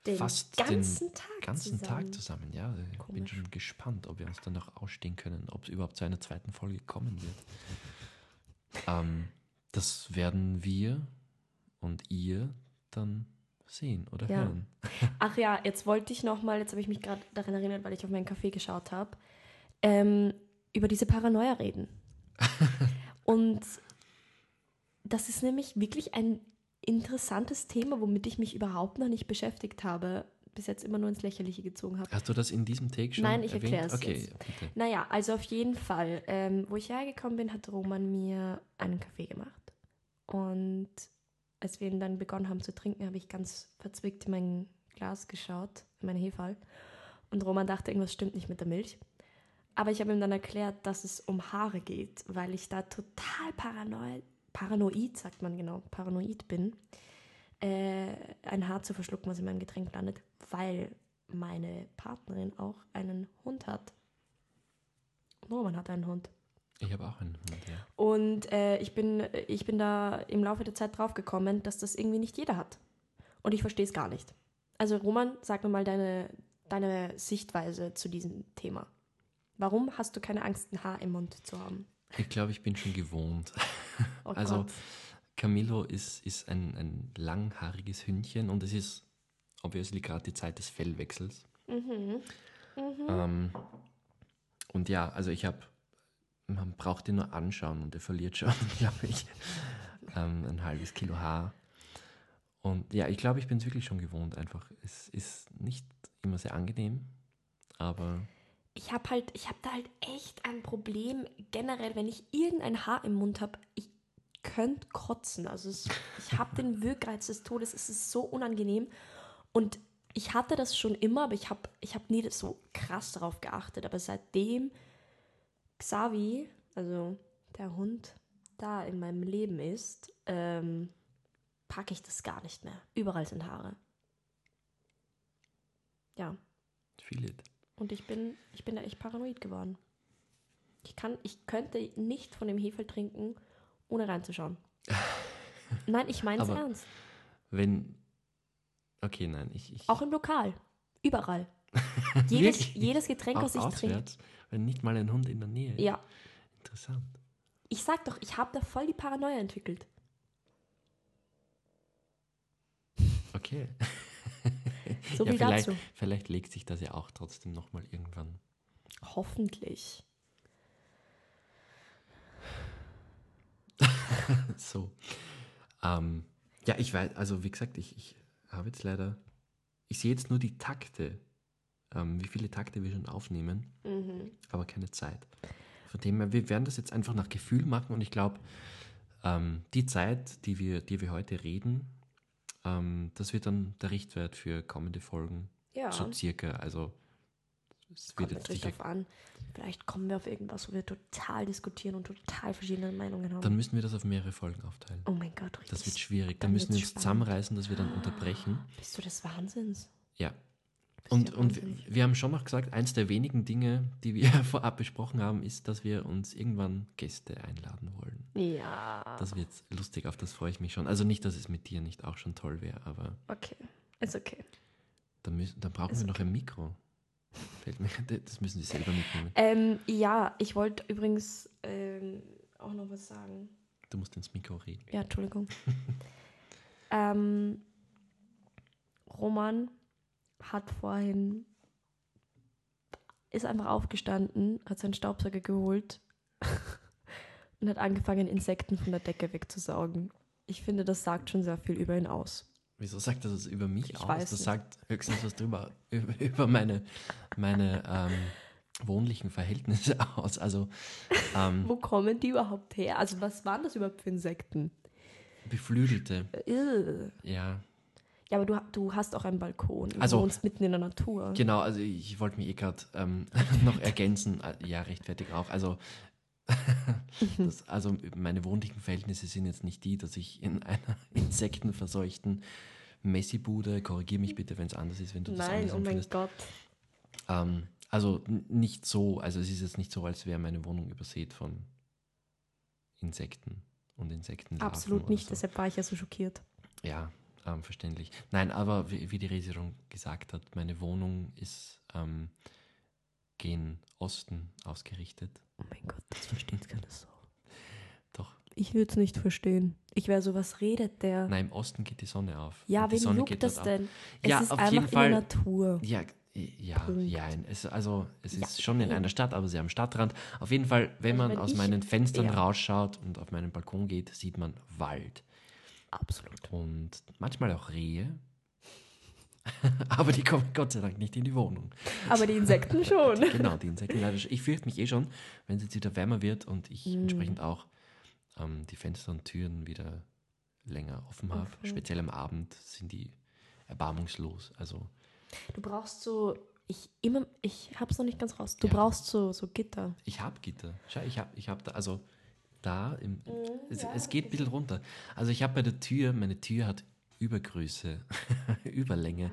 S1: Den
S2: fast
S1: ganzen
S2: den
S1: Tag
S2: ganzen Tag zusammen. Ja, ich bin
S1: Komisch.
S2: schon gespannt, ob wir uns dann noch ausstehen können, ob es überhaupt zu einer zweiten Folge kommen wird. ähm, das werden wir und ihr dann sehen oder
S1: Ja.
S2: hören.
S1: Ach ja, jetzt wollte ich nochmal, jetzt habe ich mich gerade daran erinnert, weil ich auf meinen Kaffee geschaut habe, ähm, über diese Paranoia reden. Und das ist nämlich wirklich ein interessantes Thema, womit ich mich überhaupt noch nicht beschäftigt habe, bis jetzt immer nur ins Lächerliche gezogen habe.
S2: Hast du das in diesem Take schon
S1: Nein, ich
S2: erwähnt?
S1: erklär's
S2: Okay,
S1: jetzt.
S2: bitte.
S1: Naja, also auf jeden Fall, ähm, wo ich hergekommen bin, hat Roman mir einen Kaffee gemacht. Und als wir ihn dann begonnen haben zu trinken, habe ich ganz verzwickt in mein Glas geschaut, in mein Hefall. Und Roman dachte, irgendwas stimmt nicht mit der Milch. Aber ich habe ihm dann erklärt, dass es um Haare geht, weil ich da total paranoid, paranoid sagt man genau, paranoid bin, äh, ein Haar zu verschlucken, was in meinem Getränk landet, weil meine Partnerin auch einen Hund hat. Roman Oh, hat einen Hund.
S2: Ich habe auch einen Hund, ja.
S1: Und äh, ich, bin, ich bin da im Laufe der Zeit draufgekommen, dass das irgendwie nicht jeder hat. Und ich verstehe es gar nicht. Also Roman, sag mir mal deine, deine Sichtweise zu diesem Thema. Warum hast du keine Angst, ein Haar im Mund zu haben?
S2: Ich glaube, ich bin schon gewohnt.
S1: Oh
S2: also
S1: Gott.
S2: Camillo ist, ist ein, ein langhaariges Hündchen und es ist obviously gerade die Zeit des Fellwechsels.
S1: Mhm.
S2: Ähm, und ja, also ich habe, man braucht ihn nur anschauen und er verliert schon, (laughs) glaube ich, ähm, ein halbes Kilo Haar. Und ja, ich glaube, ich bin es wirklich schon gewohnt einfach. Es ist nicht immer sehr angenehm, aber
S1: Ich habe halt, ich habe da halt echt ein Problem generell, wenn ich irgendein Haar im Mund habe, ich könnte kotzen. Also es, ich habe den Wirkreiz des Todes, es ist so unangenehm. Und ich hatte das schon immer, aber ich habe ich hab nie so krass darauf geachtet. Aber seitdem Xavi, also der Hund, da in meinem Leben ist, ähm, packe ich das gar nicht mehr. Überall sind Haare. Ja.
S2: viele.
S1: Und ich bin, ich bin da echt paranoid geworden. Ich, kann, ich könnte nicht von dem Hefel trinken, ohne
S2: (laughs)
S1: reinzuschauen. Nein, ich meine es
S2: Aber-
S1: ernst.
S2: Wenn, okay, nein, ich, ich
S1: Auch im Lokal.
S2: (laughs)
S1: Überall. Jedes,
S2: Wirklich?
S1: jedes Getränk,
S2: auch
S1: was ich trinke.
S2: auswärts, wenn nicht mal ein Hund in der Nähe ist.
S1: Ja.
S2: Interessant.
S1: Ich sag doch, ich habe da voll die Paranoia entwickelt.
S2: Okay.
S1: So viel
S2: vielleicht,
S1: dazu.
S2: vielleicht legt sich das ja auch trotzdem nochmal irgendwann.
S1: Hoffentlich.
S2: So. Ähm, ja, ich weiß, also wie gesagt, ich, ich habe jetzt leider, ich sehe jetzt nur die Takte, ähm, wie viele Takte wir schon aufnehmen,
S1: Mhm.
S2: aber keine Zeit. Von dem her, wir werden das jetzt einfach nach Gefühl machen und ich glaube, ähm, die Zeit, die wir, die wir heute reden, ähm, das wird dann der Richtwert für kommende Folgen.
S1: Ja.
S2: So circa, also es wird
S1: Kommt
S2: jetzt
S1: natürlich
S2: sicher
S1: drauf an. Vielleicht kommen wir auf irgendwas, wo wir total diskutieren und total verschiedene Meinungen haben.
S2: Dann müssen wir das auf mehrere Folgen aufteilen.
S1: oh mein Gott, richtig.
S2: Das wird schwierig. Dann
S1: dann
S2: müssen wir uns
S1: wird's spannend.
S2: zusammenreißen, dass wir dann unterbrechen.
S1: Bist du des Wahnsinns?
S2: Ja.
S1: Bist
S2: Und,
S1: ja
S2: und
S1: wahnsinnig.
S2: wir- wir haben schon noch gesagt, eins der wenigen Dinge, die wir (laughs) vorab besprochen haben, ist, dass wir uns irgendwann Gäste einladen wollen.
S1: Ja.
S2: Das wird lustig, auf das freue ich mich schon. Also nicht, dass es mit dir nicht auch schon toll wäre, aber
S1: Okay. Ist okay.
S2: dann, müssen, dann brauchen
S1: Ist
S2: wir noch ein Mikro. Fällt mir, (laughs) das müssen die selber mitnehmen.
S1: Ähm, ja, ich wollte übrigens ähm, auch noch was sagen.
S2: Du musst ins Mikro reden.
S1: Ja, Entschuldigung. (laughs) ähm, Roman hat vorhin, ist einfach aufgestanden, hat seinen Staubsauger geholt (laughs) und hat angefangen, Insekten von der Decke wegzusaugen. Ich finde, das sagt schon sehr viel über ihn aus.
S2: Wieso sagt das das über mich
S1: Ich
S2: aus?
S1: weiß
S2: das
S1: nicht.
S2: sagt höchstens was drüber, (laughs) über, über meine, meine ähm, wohnlichen Verhältnisse (laughs) aus. Also ähm,
S1: Wo kommen die überhaupt her? Also, was waren das überhaupt für Insekten?
S2: Beflügelte,
S1: Äh.
S2: ja.
S1: Ja, aber du, du hast auch einen Balkon. und
S2: Also-
S1: du wohnst mitten in der Natur.
S2: Genau, also ich wollte mich eh gerade ähm, (laughs) noch ergänzen. Äh, Ja, rechtfertig auch. Also, (laughs) das, also meine wohnlichen Verhältnisse sind jetzt nicht die, dass ich in einer (laughs) insektenverseuchten Messibude, korrigiere mich bitte, wenn es anders ist, wenn du das
S1: Nein,
S2: anders
S1: oh mein
S2: empfindest,
S1: Gott.
S2: Ähm, also n- nicht so, also es ist jetzt nicht so, als wäre meine Wohnung übersät von Insekten und Insektenlarven.
S1: Absolut
S2: oder
S1: nicht,
S2: so.
S1: deshalb war ich ja so schockiert.
S2: Ja, ähm, verständlich. Nein, aber wie, wie die Resi schon gesagt hat, meine Wohnung ist ähm, gen Osten ausgerichtet.
S1: Oh mein Gott, das versteht keiner so.
S2: Doch,
S1: Ich würde es nicht verstehen. Ich wäre so, was redet der?
S2: nein, im Osten geht die Sonne auf.
S1: ja,
S2: Und die
S1: wen
S2: Sonne geht
S1: juckt das
S2: dort ab.
S1: denn?
S2: Ja,
S1: es ist
S2: auf
S1: einfach
S2: jeden Fall.
S1: in der Natur.
S2: Ja, ja,
S1: Punkt.
S2: ja. Es, also es
S1: Ja,
S2: ist schon in
S1: eben.
S2: einer Stadt, aber sehr am Stadtrand. Auf jeden Fall, wenn man
S1: wenn
S2: aus
S1: ich-
S2: meinen Fenstern
S1: ja.
S2: rausschaut und auf meinen Balkon geht, sieht man Wald
S1: Absolut.
S2: und manchmal auch Rehe. (laughs) aber die kommen Gott sei Dank nicht in die Wohnung.
S1: Aber die
S2: (laughs)
S1: Insekten schon.
S2: Genau, die Insekten leider. schon. Ich fürchte mich eh schon, wenn es jetzt wieder wärmer wird und ich entsprechend auch ähm, die Fenster und Türen wieder länger offen habe. Speziell am Abend sind die erbarmungslos. Also
S1: Du brauchst so, ich immer, ich hab's noch nicht ganz raus. Du
S2: Ja.
S1: brauchst so, so Gitter.
S2: Ich habe Gitter. Schau, ich habe ich hab da, also da, im,
S1: Mhm.
S2: es, es geht ein bisschen runter. Also ich habe bei der Tür, meine Tür hat Übergröße, (laughs) Überlänge.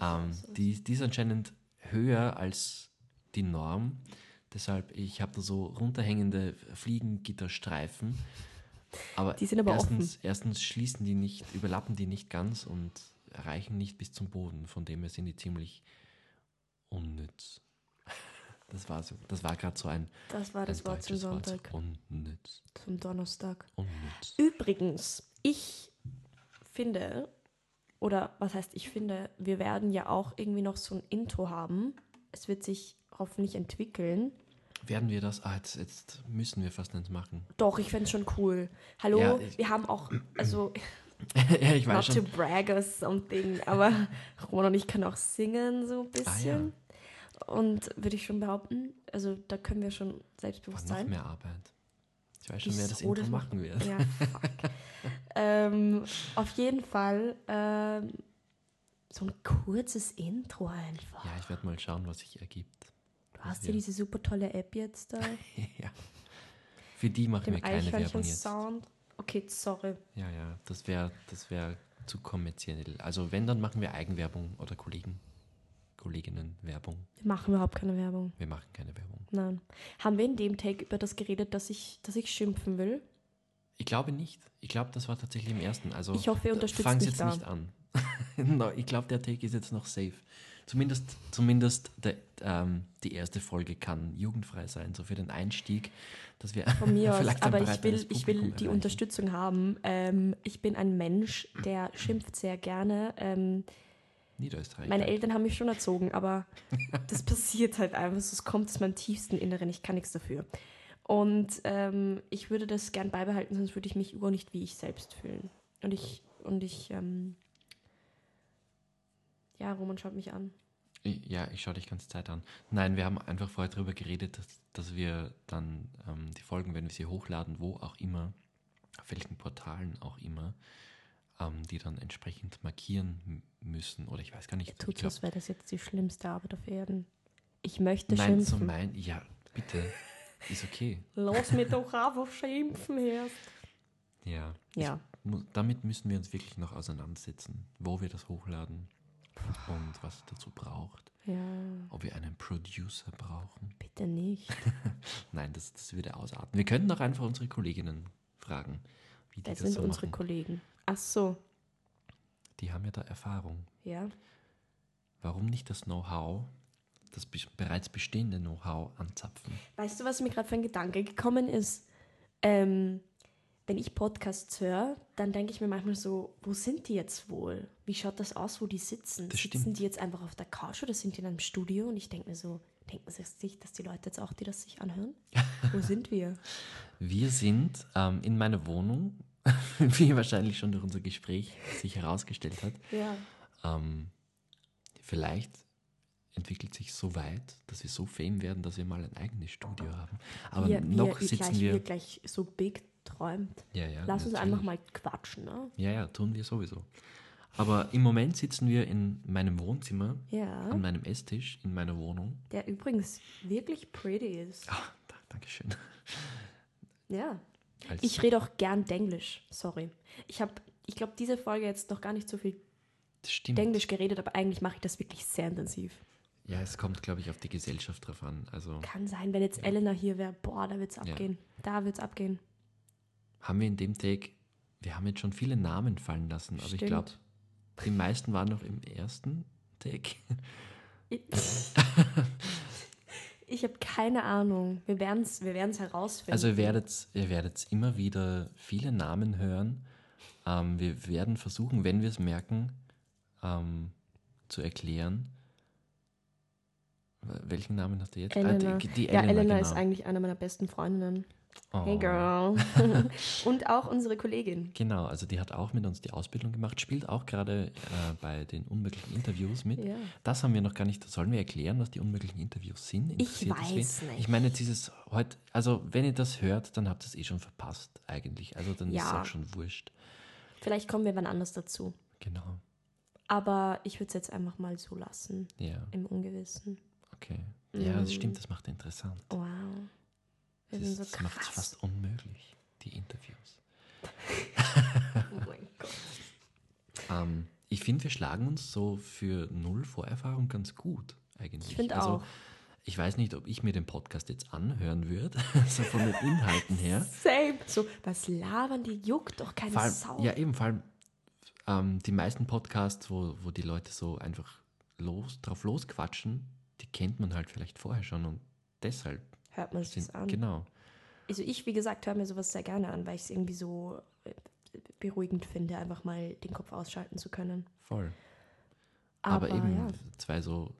S2: ähm, die, ist- die ist anscheinend höher als die Norm. Deshalb, ich habe da so runterhängende Fliegengitterstreifen. Aber,
S1: Die sind aber
S2: erstens, erstens schließen die nicht, überlappen die nicht ganz und reichen nicht bis zum Boden. Von dem her sind die ziemlich unnütz. (laughs) Das war so, das war gerade so ein
S1: Das war Ah, das
S2: ein
S1: Wort zum
S2: deutsches Wort, so
S1: Sonntag,
S2: Unnütz.
S1: zum Donnerstag.
S2: Unnütz.
S1: Übrigens, ich finde, oder was heißt ich finde, wir werden ja auch irgendwie noch so ein Intro haben. Es wird sich hoffentlich entwickeln.
S2: Werden wir das? Ah, jetzt, jetzt müssen wir fast eins machen. (laughs)
S1: Doch, ich fände es schon cool. Hallo,
S2: Ja, ich-
S1: wir haben auch,
S2: (clears throat)
S1: also
S2: ja, ich
S1: not
S2: weiß
S1: to
S2: schon.
S1: brag or something, aber Roman und ich können auch singen so ein
S2: Ah,
S1: bisschen.
S2: ja.
S1: Und würde ich schon behaupten, also da können wir schon
S2: Boah,
S1: selbstbewusst
S2: noch
S1: sein.
S2: mehr Arbeit. Ich weiß schon, wer das
S1: Wieso,
S2: Intro
S1: das macht-
S2: machen wird.
S1: Ja,
S2: (laughs)
S1: fuck. ähm, auf jeden Fall ähm, so ein kurzes Intro einfach.
S2: Ja, ich werde mal schauen, was sich ergibt. (laughs)
S1: du hast ja
S2: ja.
S1: diese super tolle App jetzt da,
S2: ja. Für die machen wir
S1: dem
S2: keine Werbung jetzt.
S1: Eichhörnchen-Sound. Okay, sorry.
S2: Ja, ja, das wäre das wär zu kommerziell. Also wenn, dann machen wir Eigenwerbung oder Kollegen, Kolleginnen Werbung.
S1: Wir machen überhaupt keine Werbung.
S2: Wir machen keine Werbung.
S1: Nein. Haben wir in dem Take über das geredet, dass ich, dass ich schimpfen will?
S2: Ich glaube nicht. Ich glaube, das war tatsächlich im ersten. Also
S1: Ich hoffe, ihr unterstützt
S2: fang's
S1: mich
S2: jetzt
S1: da.
S2: nicht an. (laughs) no, ich glaube, der Take ist jetzt noch safe. Zumindest, zumindest der, ähm, die erste Folge kann jugendfrei sein, so für den Einstieg, dass wir (laughs)
S1: Von mir aus,
S2: vielleicht ein
S1: aber ich
S2: breiteres
S1: will, ich will
S2: Publikum
S1: die
S2: erreichen.
S1: Unterstützung haben. Ähm, ich bin ein Mensch, der schimpft sehr gerne. Ähm,
S2: Niederösterreich.
S1: meine Eltern haben mich schon erzogen, aber (laughs) das passiert halt einfach. so, Es kommt aus meinem tiefsten Inneren. Ich kann nichts dafür. Und ähm, ich würde das gern beibehalten, sonst würde ich mich überhaupt nicht wie ich selbst fühlen. Und ich, und ich, ähm, ja, Roman schaut mich an.
S2: Ja, ich schaue dich ganze Zeit an. Nein, wir haben einfach vorher darüber geredet, dass, dass wir dann ähm, die Folgen, wenn wir sie hochladen, wo auch immer, auf welchen Portalen auch immer, ähm, die dann entsprechend markieren m- müssen. Oder ich weiß gar nicht.
S1: Er tut
S2: ich
S1: so,
S2: glaub-
S1: als wäre das jetzt die schlimmste Arbeit auf Erden. Ich möchte
S2: Nein, so
S1: schimpfen.
S2: mein. Ja,
S1: (laughs)
S2: bitte. Ist okay.
S1: Lass
S2: (laughs)
S1: mich doch einfach schimpfen, Herr.
S2: Ja. (laughs)
S1: Ja.
S2: Mu- Damit müssen wir uns wirklich noch auseinandersetzen, wo wir das hochladen und was es dazu braucht.
S1: Ja,
S2: Ob wir einen Producer brauchen.
S1: bitte nicht.
S2: Nein, das, das würde ausarten. Wir könnten doch einfach unsere Kolleginnen fragen, wie die
S1: Das
S2: das,
S1: sind
S2: so
S1: unsere
S2: machen.
S1: Kollegen. Ach so,
S2: die haben ja da Erfahrung.
S1: ja.
S2: Warum nicht das Know-how, das be bereits bestehende Know-how anzapfen?
S1: Weißt du, was mir gerade für ein Gedanke gekommen ist? Ähm, wenn ich Podcasts höre, dann denke ich mir manchmal so, wo sind die jetzt wohl? Wie schaut das aus, wo die sitzen?
S2: Das
S1: sitzen
S2: stimmt.
S1: die jetzt einfach auf der Couch oder sind die in einem Studio? Und ich denke mir so, denken sie sich, dass die Leute jetzt auch, die das sich anhören?
S2: (laughs)
S1: wo sind wir?
S2: Wir sind ähm, in meiner Wohnung, (laughs) wie wahrscheinlich schon durch unser Gespräch sich herausgestellt hat.
S1: Ja.
S2: Ähm, vielleicht entwickelt sich so weit, dass wir so fame werden, dass wir mal ein eigenes Studio haben. Aber
S1: wir,
S2: noch
S1: wir, ihr
S2: sitzen
S1: gleich,
S2: wir.
S1: wir gleich so big träumt.
S2: Ja, ja,
S1: Lass uns
S2: natürlich.
S1: einfach mal quatschen, ne?
S2: Ja, ja, tun wir sowieso. Aber im Moment sitzen wir in meinem Wohnzimmer,
S1: Ja.
S2: an meinem Esstisch, in meiner Wohnung.
S1: Der übrigens wirklich pretty ist.
S2: Ah, da, Dankeschön.
S1: Ja.
S2: Als,
S1: Ich rede auch gern Denglisch, sorry. Ich habe, ich glaube, diese Folge jetzt noch gar nicht so viel
S2: Hm. das stimmt.
S1: Denglisch geredet, aber eigentlich mache ich das wirklich sehr intensiv.
S2: Ja, es kommt, glaube ich, auf die Gesellschaft drauf an. Also,
S1: Kann sein, wenn jetzt Elena hier wäre, boah, da wird's abgehen. Da wird's abgehen.
S2: Haben wir in dem Take, wir haben jetzt schon viele Namen fallen lassen, aber ich
S1: Stimmt.
S2: glaube, die meisten waren noch im ersten Take. (laughs)
S1: Ich, ich habe keine Ahnung. Wir werden es wir werden's herausfinden.
S2: Also ihr werdet, ihr werdet immer wieder viele Namen hören. Ähm, wir werden versuchen, wenn wir es merken, ähm, zu erklären. Wel- Welchen Namen hast du jetzt? Ah,
S1: Elena.
S2: die, die
S1: ja,
S2: Elena,
S1: Elena
S2: genau.
S1: ist eigentlich eine meiner besten Freundinnen.
S2: oh.
S1: Hey girl.
S2: (laughs)
S1: Und auch unsere Kollegin.
S2: Genau, also die hat auch mit uns die Ausbildung gemacht, spielt auch gerade äh, bei den unmöglichen Interviews mit.
S1: Ja.
S2: Das haben wir noch gar nicht. Sollen wir erklären, was die unmöglichen Interviews sind? das
S1: weiß
S2: wen?
S1: nicht.
S2: Ich meine, dieses heute, also wenn ihr das hört, dann habt ihr es eh schon verpasst eigentlich. Also dann ist es
S1: Ja.
S2: auch schon wurscht.
S1: Vielleicht kommen wir wann anders dazu.
S2: Genau.
S1: Aber ich würde es jetzt einfach mal so lassen.
S2: Ja,
S1: Im Ungewissen.
S2: okay. Ja, das stimmt, das macht interessant.
S1: Wow. Oh, Wir
S2: Das,
S1: sind so
S2: das macht es
S1: krass.
S2: fast unmöglich, die Interviews.
S1: Oh
S2: (laughs)
S1: mein Gott.
S2: Ähm, ich finde, wir schlagen uns so für null Vorerfahrung ganz gut eigentlich.
S1: Ich finde
S2: also,
S1: auch.
S2: Ich weiß nicht, ob ich mir den Podcast jetzt anhören würde, (laughs) so von den Inhalten her.
S1: Same. So, was labern die? Juckt doch keine
S2: Vor allem,
S1: Sau.
S2: ja, eben, vor allem ähm, die meisten Podcasts, wo, wo die Leute so einfach los, drauf losquatschen, die kennt man halt vielleicht vorher schon und deshalb
S1: Hört man sich
S2: sind,
S1: das an.
S2: genau,
S1: Also ich, wie gesagt, höre mir sowas sehr gerne an, weil ich es irgendwie so äh, beruhigend finde, einfach mal den Kopf ausschalten zu können.
S2: voll.
S1: Aber,
S2: Aber, eben
S1: ja,
S2: zwei so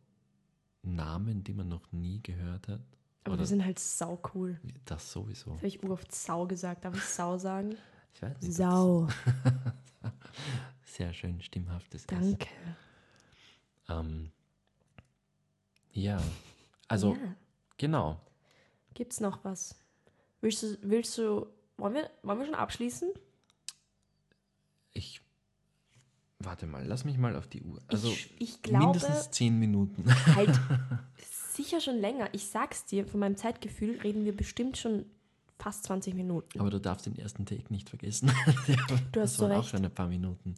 S2: Namen, die man noch nie gehört hat.
S1: aber
S2: oder
S1: wir sind halt sau cool.
S2: das sowieso.
S1: Das habe ich oft sau gesagt. Darf ich sau sagen?
S2: (laughs) Ich weiß nicht. ob
S1: Sau.
S2: das Sehr schön stimmhaftes Ist.
S1: Danke.
S2: Ähm, ja, also
S1: Ja.
S2: genau.
S1: Gibt's noch was? Willst du, willst du, wollen wir, wollen wir schon abschließen?
S2: Ich warte mal, lass mich mal auf die Uhr. Also
S1: ich, ich glaube,
S2: mindestens zehn Minuten. (laughs)
S1: halt sicher schon länger. Ich sag's dir, von meinem Zeitgefühl reden wir bestimmt schon fast 20 Minuten.
S2: Aber du darfst den ersten Take nicht vergessen. (laughs) Ja,
S1: Du hast
S2: das
S1: so
S2: waren auch
S1: recht.
S2: schon ein paar Minuten.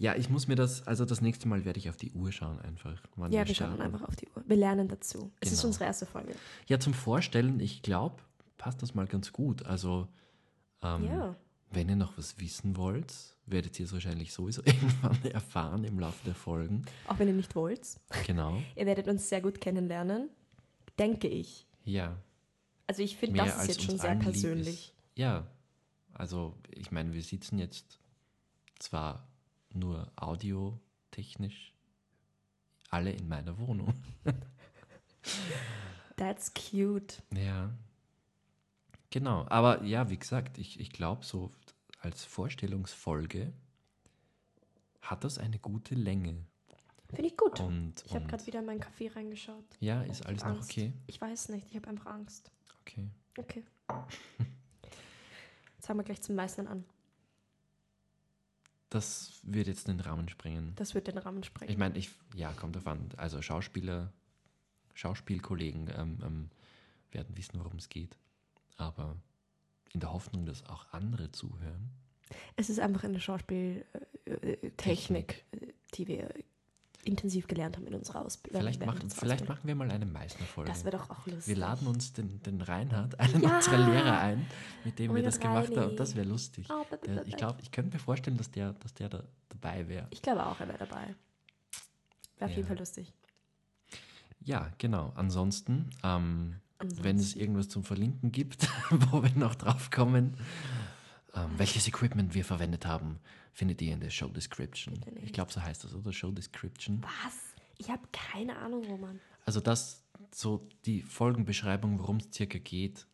S2: Ja, ich muss mir das, also das nächste Mal werde ich auf die Uhr schauen einfach. wann
S1: Ja, wir schauen
S2: starten.
S1: einfach auf die Uhr. Wir lernen dazu. Es ist
S2: Genau.
S1: unsere erste Folge.
S2: Ja, zum Vorstellen, ich glaube, passt das mal ganz gut. Also, ähm,
S1: Ja.
S2: wenn ihr noch was wissen wollt, werdet ihr es wahrscheinlich sowieso (laughs) irgendwann erfahren im Laufe der Folgen.
S1: Auch wenn ihr nicht wollt.
S2: Genau.
S1: Ihr werdet uns sehr gut kennenlernen, denke ich.
S2: Ja.
S1: Also ich finde,
S2: Mehr
S1: das
S2: als
S1: ist jetzt
S2: uns
S1: schon sehr
S2: allen lieb
S1: persönlich.
S2: Ist. Ja. Also, ich meine, wir sitzen jetzt zwar nur audiotechnisch alle in meiner Wohnung.
S1: That's cute.
S2: Ja. Genau. Aber ja, wie gesagt, ich, ich glaube, so als Vorstellungsfolge hat das eine gute Länge.
S1: Finde ich gut.
S2: Und,
S1: ich habe
S2: und
S1: gerade wieder in meinen Kaffee reingeschaut.
S2: ja, ist alles noch
S1: Angst.
S2: okay?
S1: Ich weiß nicht, ich habe einfach Angst.
S2: Okay. (laughs)
S1: Okay. Jetzt haben wir gleich zum Meißeln an.
S2: Das wird jetzt den Rahmen sprengen.
S1: Das wird den Rahmen
S2: Ich
S1: sprengen.
S2: meine, ich, ja, kommt drauf an. Also Schauspieler, Schauspielkollegen ähm, ähm, werden wissen, worum es geht. Aber in der Hoffnung, dass auch andere zuhören.
S1: Es ist einfach eine äh, Schauspieltechnik, äh, die wir intensiv gelernt haben in unserer Ausbildung.
S2: Vielleicht,
S1: während
S2: machen,
S1: unserer
S2: vielleicht
S1: Ausbildung.
S2: machen wir mal eine Meißner-Folge.
S1: Das wäre doch auch lustig.
S2: Wir laden uns den, den Reinhard, einen
S1: Ja!
S2: unserer Lehrer ein, mit dem
S1: Oh,
S2: wir
S1: der
S2: das gemacht
S1: Reini.
S2: haben. Das wäre lustig.
S1: Oh, bitte,
S2: Der,
S1: bitte.
S2: Äh, ich glaube, ich könnte mir vorstellen, dass der, dass der da dabei wäre.
S1: Ich glaube auch, er wäre dabei. Wäre auf
S2: Ja.
S1: jeden Fall lustig.
S2: Ja, genau. Ansonsten, ähm,
S1: Ansonsten.
S2: wenn es irgendwas zum Verlinken gibt, (laughs) wo wir noch drauf kommen, ähm, welches Equipment wir verwendet haben, findet ihr in der Show Description.
S1: Bitte nicht.
S2: Ich glaube, so heißt das, oder? Show Description.
S1: Was? Ich habe keine Ahnung, Roman.
S2: Also das, so die Folgenbeschreibung, worum es circa geht,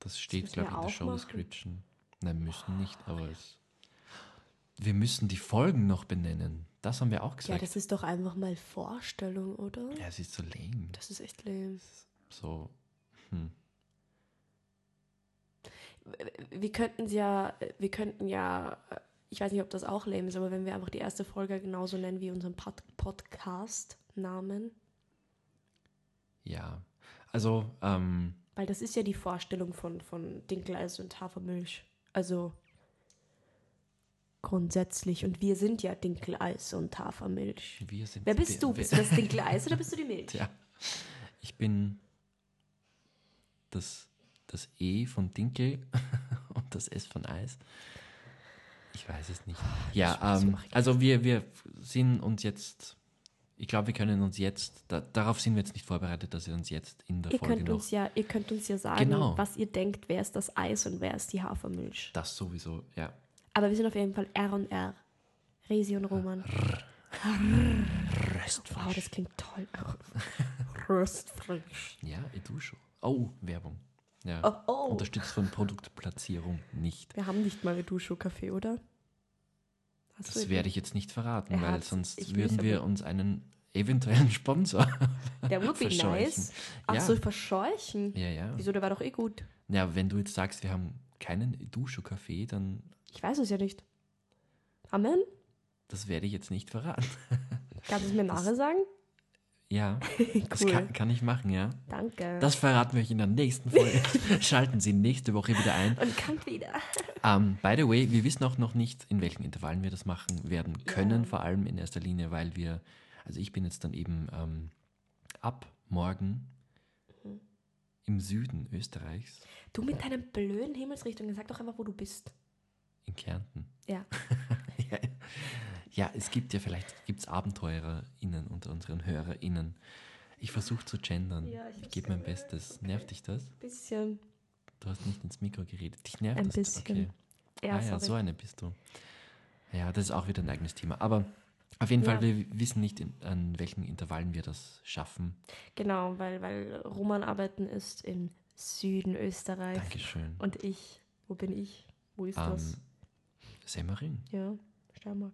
S2: das steht,
S1: müssen wir
S2: glaube ich, in der
S1: auch
S2: Show
S1: machen.
S2: Description. Nein, müssen nicht, aber es, wir müssen die Folgen noch benennen. Das haben wir auch
S1: Ja,
S2: gesagt.
S1: das ist doch einfach mal Vorstellung, oder?
S2: Ja, es ist so lame.
S1: Das ist echt lame.
S2: So, hm.
S1: Wir könnten ja, wir könnten ja, äh, ich weiß nicht, ob das auch lame ist, aber wenn wir einfach die erste Folge genauso nennen wie unseren Pod Podcast-Namen,
S2: Ja. Also, ähm,
S1: weil das ist ja die Vorstellung von, von Dinkeleis und Hafermilch. Also grundsätzlich. Und wir sind ja Dinkeleis und Hafermilch.
S2: wir sind.
S1: Wer bist
S2: wir-
S1: du?
S2: wir-
S1: Bist du das (laughs) Dinkeleis oder bist du die Milch?
S2: Tja, ich bin das, das E von Dinkel (laughs) und das S von Eis. Ich weiß es nicht.
S1: Ah,
S2: Ja, ähm, also wir, wir sind uns jetzt, ich glaube, wir können uns jetzt, da, darauf sind wir jetzt nicht vorbereitet, dass wir uns jetzt in der
S1: Ihr
S2: Folge
S1: könnt,
S2: noch
S1: uns ja, ihr könnt uns ja sagen,
S2: Genau.
S1: was ihr denkt, wer ist das Eis und wer ist die Hafermilch.
S2: das sowieso, ja.
S1: Aber wir sind auf jeden Fall R und R. Resi und Roman. Wow, das klingt toll. (laughs) Röstfrisch.
S2: Ja, Educho. Oh, Werbung. Ja.
S1: Oh, oh.
S2: Unterstützt von Produktplatzierung nicht.
S1: Wir haben nicht mal Reducho-Kaffee, oder? Hast
S2: Das
S1: du-
S2: werde ich jetzt nicht verraten,
S1: Er
S2: weil
S1: hat's.
S2: sonst
S1: Ich will's
S2: würden
S1: aber-
S2: wir uns einen eventuellen Sponsor (laughs)
S1: Der would be
S2: verscheuchen.
S1: nice. Ach
S2: ja.
S1: so, verscheuchen.
S2: ja, ja.
S1: Wieso, der war doch eh gut.
S2: Ja, wenn du jetzt sagst, wir haben keinen Educho-Kaffee, dann
S1: Ich weiß es ja nicht. Amen?
S2: das werde ich jetzt nicht verraten.
S1: Kannst du es mir nachher sagen?
S2: Ja, (laughs) das
S1: Cool.
S2: kann, kann ich machen, ja.
S1: Danke.
S2: Das verraten wir euch in der nächsten Folge. (laughs) Schalten Sie nächste Woche wieder ein.
S1: Und kommt wieder.
S2: Ähm, by the way, wir wissen auch noch nicht, in welchen Intervallen wir das machen werden können, vor allem in erster Linie, weil wir, also ich bin jetzt dann eben ähm, ab morgen im Süden Österreichs,
S1: Du mit deinem blöden Himmelsrichtungen, sag doch einfach, wo du bist.
S2: in Kärnten.
S1: Ja.
S2: (laughs) ja, ja, es gibt ja vielleicht gibt's AbenteurerInnen unter unseren HörerInnen. Ich versuche zu gendern.
S1: Ja, ich
S2: ich
S1: hab's
S2: gebe mein
S1: gemerkt.
S2: Bestes. Nervt dich das?
S1: Bisschen.
S2: Du hast nicht ins Mikro geredet. Dich nervt
S1: Ein
S2: das.
S1: bisschen.
S2: Okay.
S1: Ja,
S2: ah ja, so
S1: sorry.
S2: eine bist du. Ja, das ist auch wieder ein eigenes Thema. Aber auf jeden
S1: Ja.
S2: Fall, wir wissen nicht, in, an welchen Intervallen wir das schaffen.
S1: Genau, weil, weil Roman arbeiten ist im Süden Österreichs.
S2: Dankeschön.
S1: Und ich, wo bin ich? Wo ist das?
S2: Ähm, Semmering.
S1: Ja, Steiermark.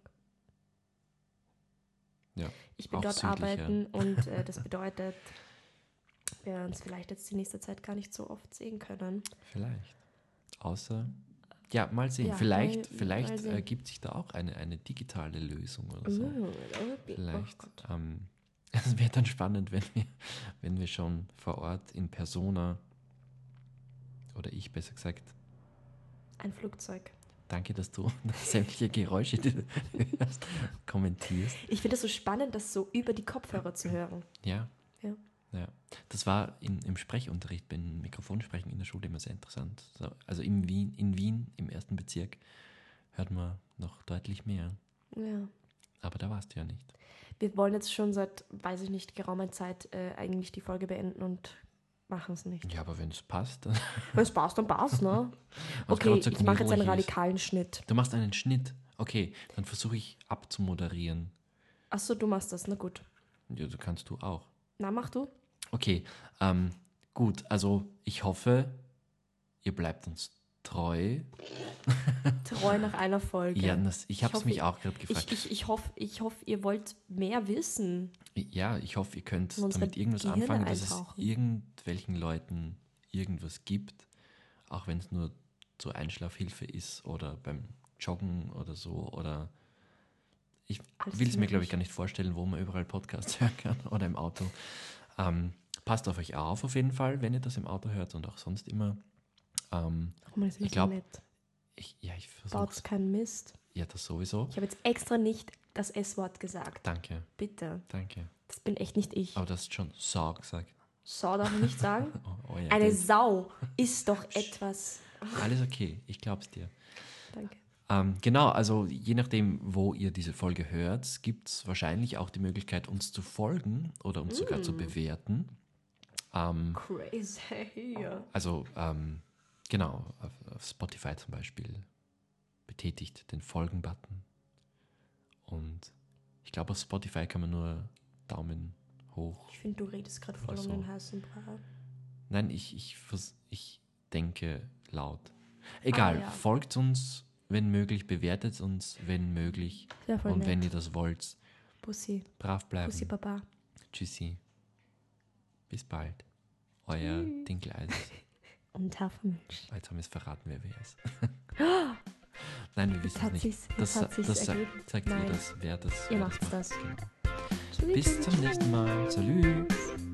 S2: Ja.
S1: Ich bin
S2: Auch
S1: dort
S2: südlicher. (laughs)
S1: arbeiten und äh, das bedeutet, wir uns vielleicht jetzt die nächste Zeit gar nicht so oft sehen können.
S2: Vielleicht. Außer. Ja, mal sehen.
S1: Ja,
S2: vielleicht
S1: mal-
S2: vielleicht
S1: mal sehen.
S2: ergibt sich da auch eine, eine digitale Lösung oder so.
S1: Mm, that would be- oh
S2: Vielleicht.
S1: Gott.
S2: ähm, (laughs) es wäre dann spannend, wenn wir, wenn wir schon vor Ort in Persona oder ich besser gesagt
S1: Ein Flugzeug.
S2: Danke, dass du (laughs) sämtliche Geräusche, die du hörst, kommentierst.
S1: Ich finde es so spannend, das so über die Kopfhörer zu hören.
S2: Ja.
S1: Ja.
S2: ja. Das war in, im Sprechunterricht, beim Mikrofonsprechen in der Schule immer sehr interessant. So, also in Wien, in Wien, im ersten Bezirk, hört man noch deutlich mehr.
S1: Ja.
S2: Aber da warst du ja nicht.
S1: Wir wollen jetzt schon seit, weiß ich nicht, geraumer Zeit äh, eigentlich die Folge beenden und machen es nicht.
S2: Ja, aber wenn es passt, dann.
S1: Wenn es passt, dann passt, ne?
S2: (laughs) Was
S1: Okay,
S2: glaubst du,
S1: ich mache jetzt einen
S2: Knirolch ist?
S1: radikalen Schnitt.
S2: Du machst einen Schnitt. Okay, dann versuche ich abzumoderieren.
S1: Achso, du machst das, na gut.
S2: Ja, du kannst du auch.
S1: Na, mach du.
S2: Okay, ähm, gut, also ich hoffe, ihr bleibt uns treu.
S1: Treu nach einer Folge.
S2: Ja, das, ich habe es
S1: hoffe,
S2: mich auch gerade gefragt.
S1: Ich, ich, ich hoffe, ich hoff, ihr wollt mehr wissen.
S2: ja, ich hoffe, ihr könnt
S1: Unsere
S2: damit irgendwas
S1: Gehirne
S2: anfangen, dass es
S1: eintauchen.
S2: irgendwelchen Leuten irgendwas gibt, auch wenn es nur zur Einschlafhilfe ist oder beim Joggen oder so. Oder ich
S1: Alles
S2: will es mir, glaube
S1: möglich.
S2: ich, gar nicht vorstellen, wo man überall Podcasts (laughs) hören kann oder im Auto. Ähm, passt auf euch auf, auf jeden Fall, wenn ihr das im Auto hört und auch sonst immer. Ähm,
S1: Guck mal, das ist
S2: Ich
S1: ich
S2: glaub-
S1: glaub, nett.
S2: ich, ja, ich versuche
S1: Baut keinen Mist.
S2: Ja, das sowieso.
S1: Ich habe jetzt extra nicht das S-Wort gesagt.
S2: Danke,
S1: Bitte.
S2: danke.
S1: Das bin echt nicht ich.
S2: Aber das ist schon Sau gesagt.
S1: Sau darf ich nicht sagen.
S2: Oh, oh (laughs) ja,
S1: Eine
S2: das-
S1: Sau ist doch etwas.
S2: Alles okay, ich glaub's dir.
S1: Danke.
S2: Ähm, genau, also je nachdem, wo ihr diese Folge hört, gibt es wahrscheinlich auch die Möglichkeit, uns zu folgen oder uns sogar
S1: Mm.
S2: zu bewerten. Ähm,
S1: Crazy.
S2: also ähm, genau, auf, auf Spotify zum Beispiel betätigt den Folgen-Button. Und ich glaube, auf Spotify kann man nur Daumen hoch.
S1: Ich finde, du redest gerade voll
S2: Ach
S1: um
S2: so.
S1: den heißen Brei.
S2: Nein, ich, ich, vers- ich denke laut. Egal,
S1: Ah, ja.
S2: folgt uns, wenn möglich, bewertet uns, wenn möglich.
S1: Ja, voll
S2: Und
S1: nett.
S2: wenn ihr das wollt,
S1: Bussi.
S2: brav bleiben.
S1: Bussi, Baba.
S2: Tschüssi. Bis bald. Euer Dinkeleis.
S1: Und Hafermilch.
S2: Jetzt haben wir es verraten, wer wer ist. Nein, wir wissen
S1: hat
S2: es
S1: sich's-
S2: nicht.
S1: jetzt
S2: Das,
S1: hat sich's
S2: das sagt,
S1: ergeben.
S2: sagt ihr,
S1: Nein.
S2: das, wer
S1: Ihr
S2: das wer
S1: macht's das.
S2: Genau. Bis zum nächsten Mal. Salut.
S1: Mal.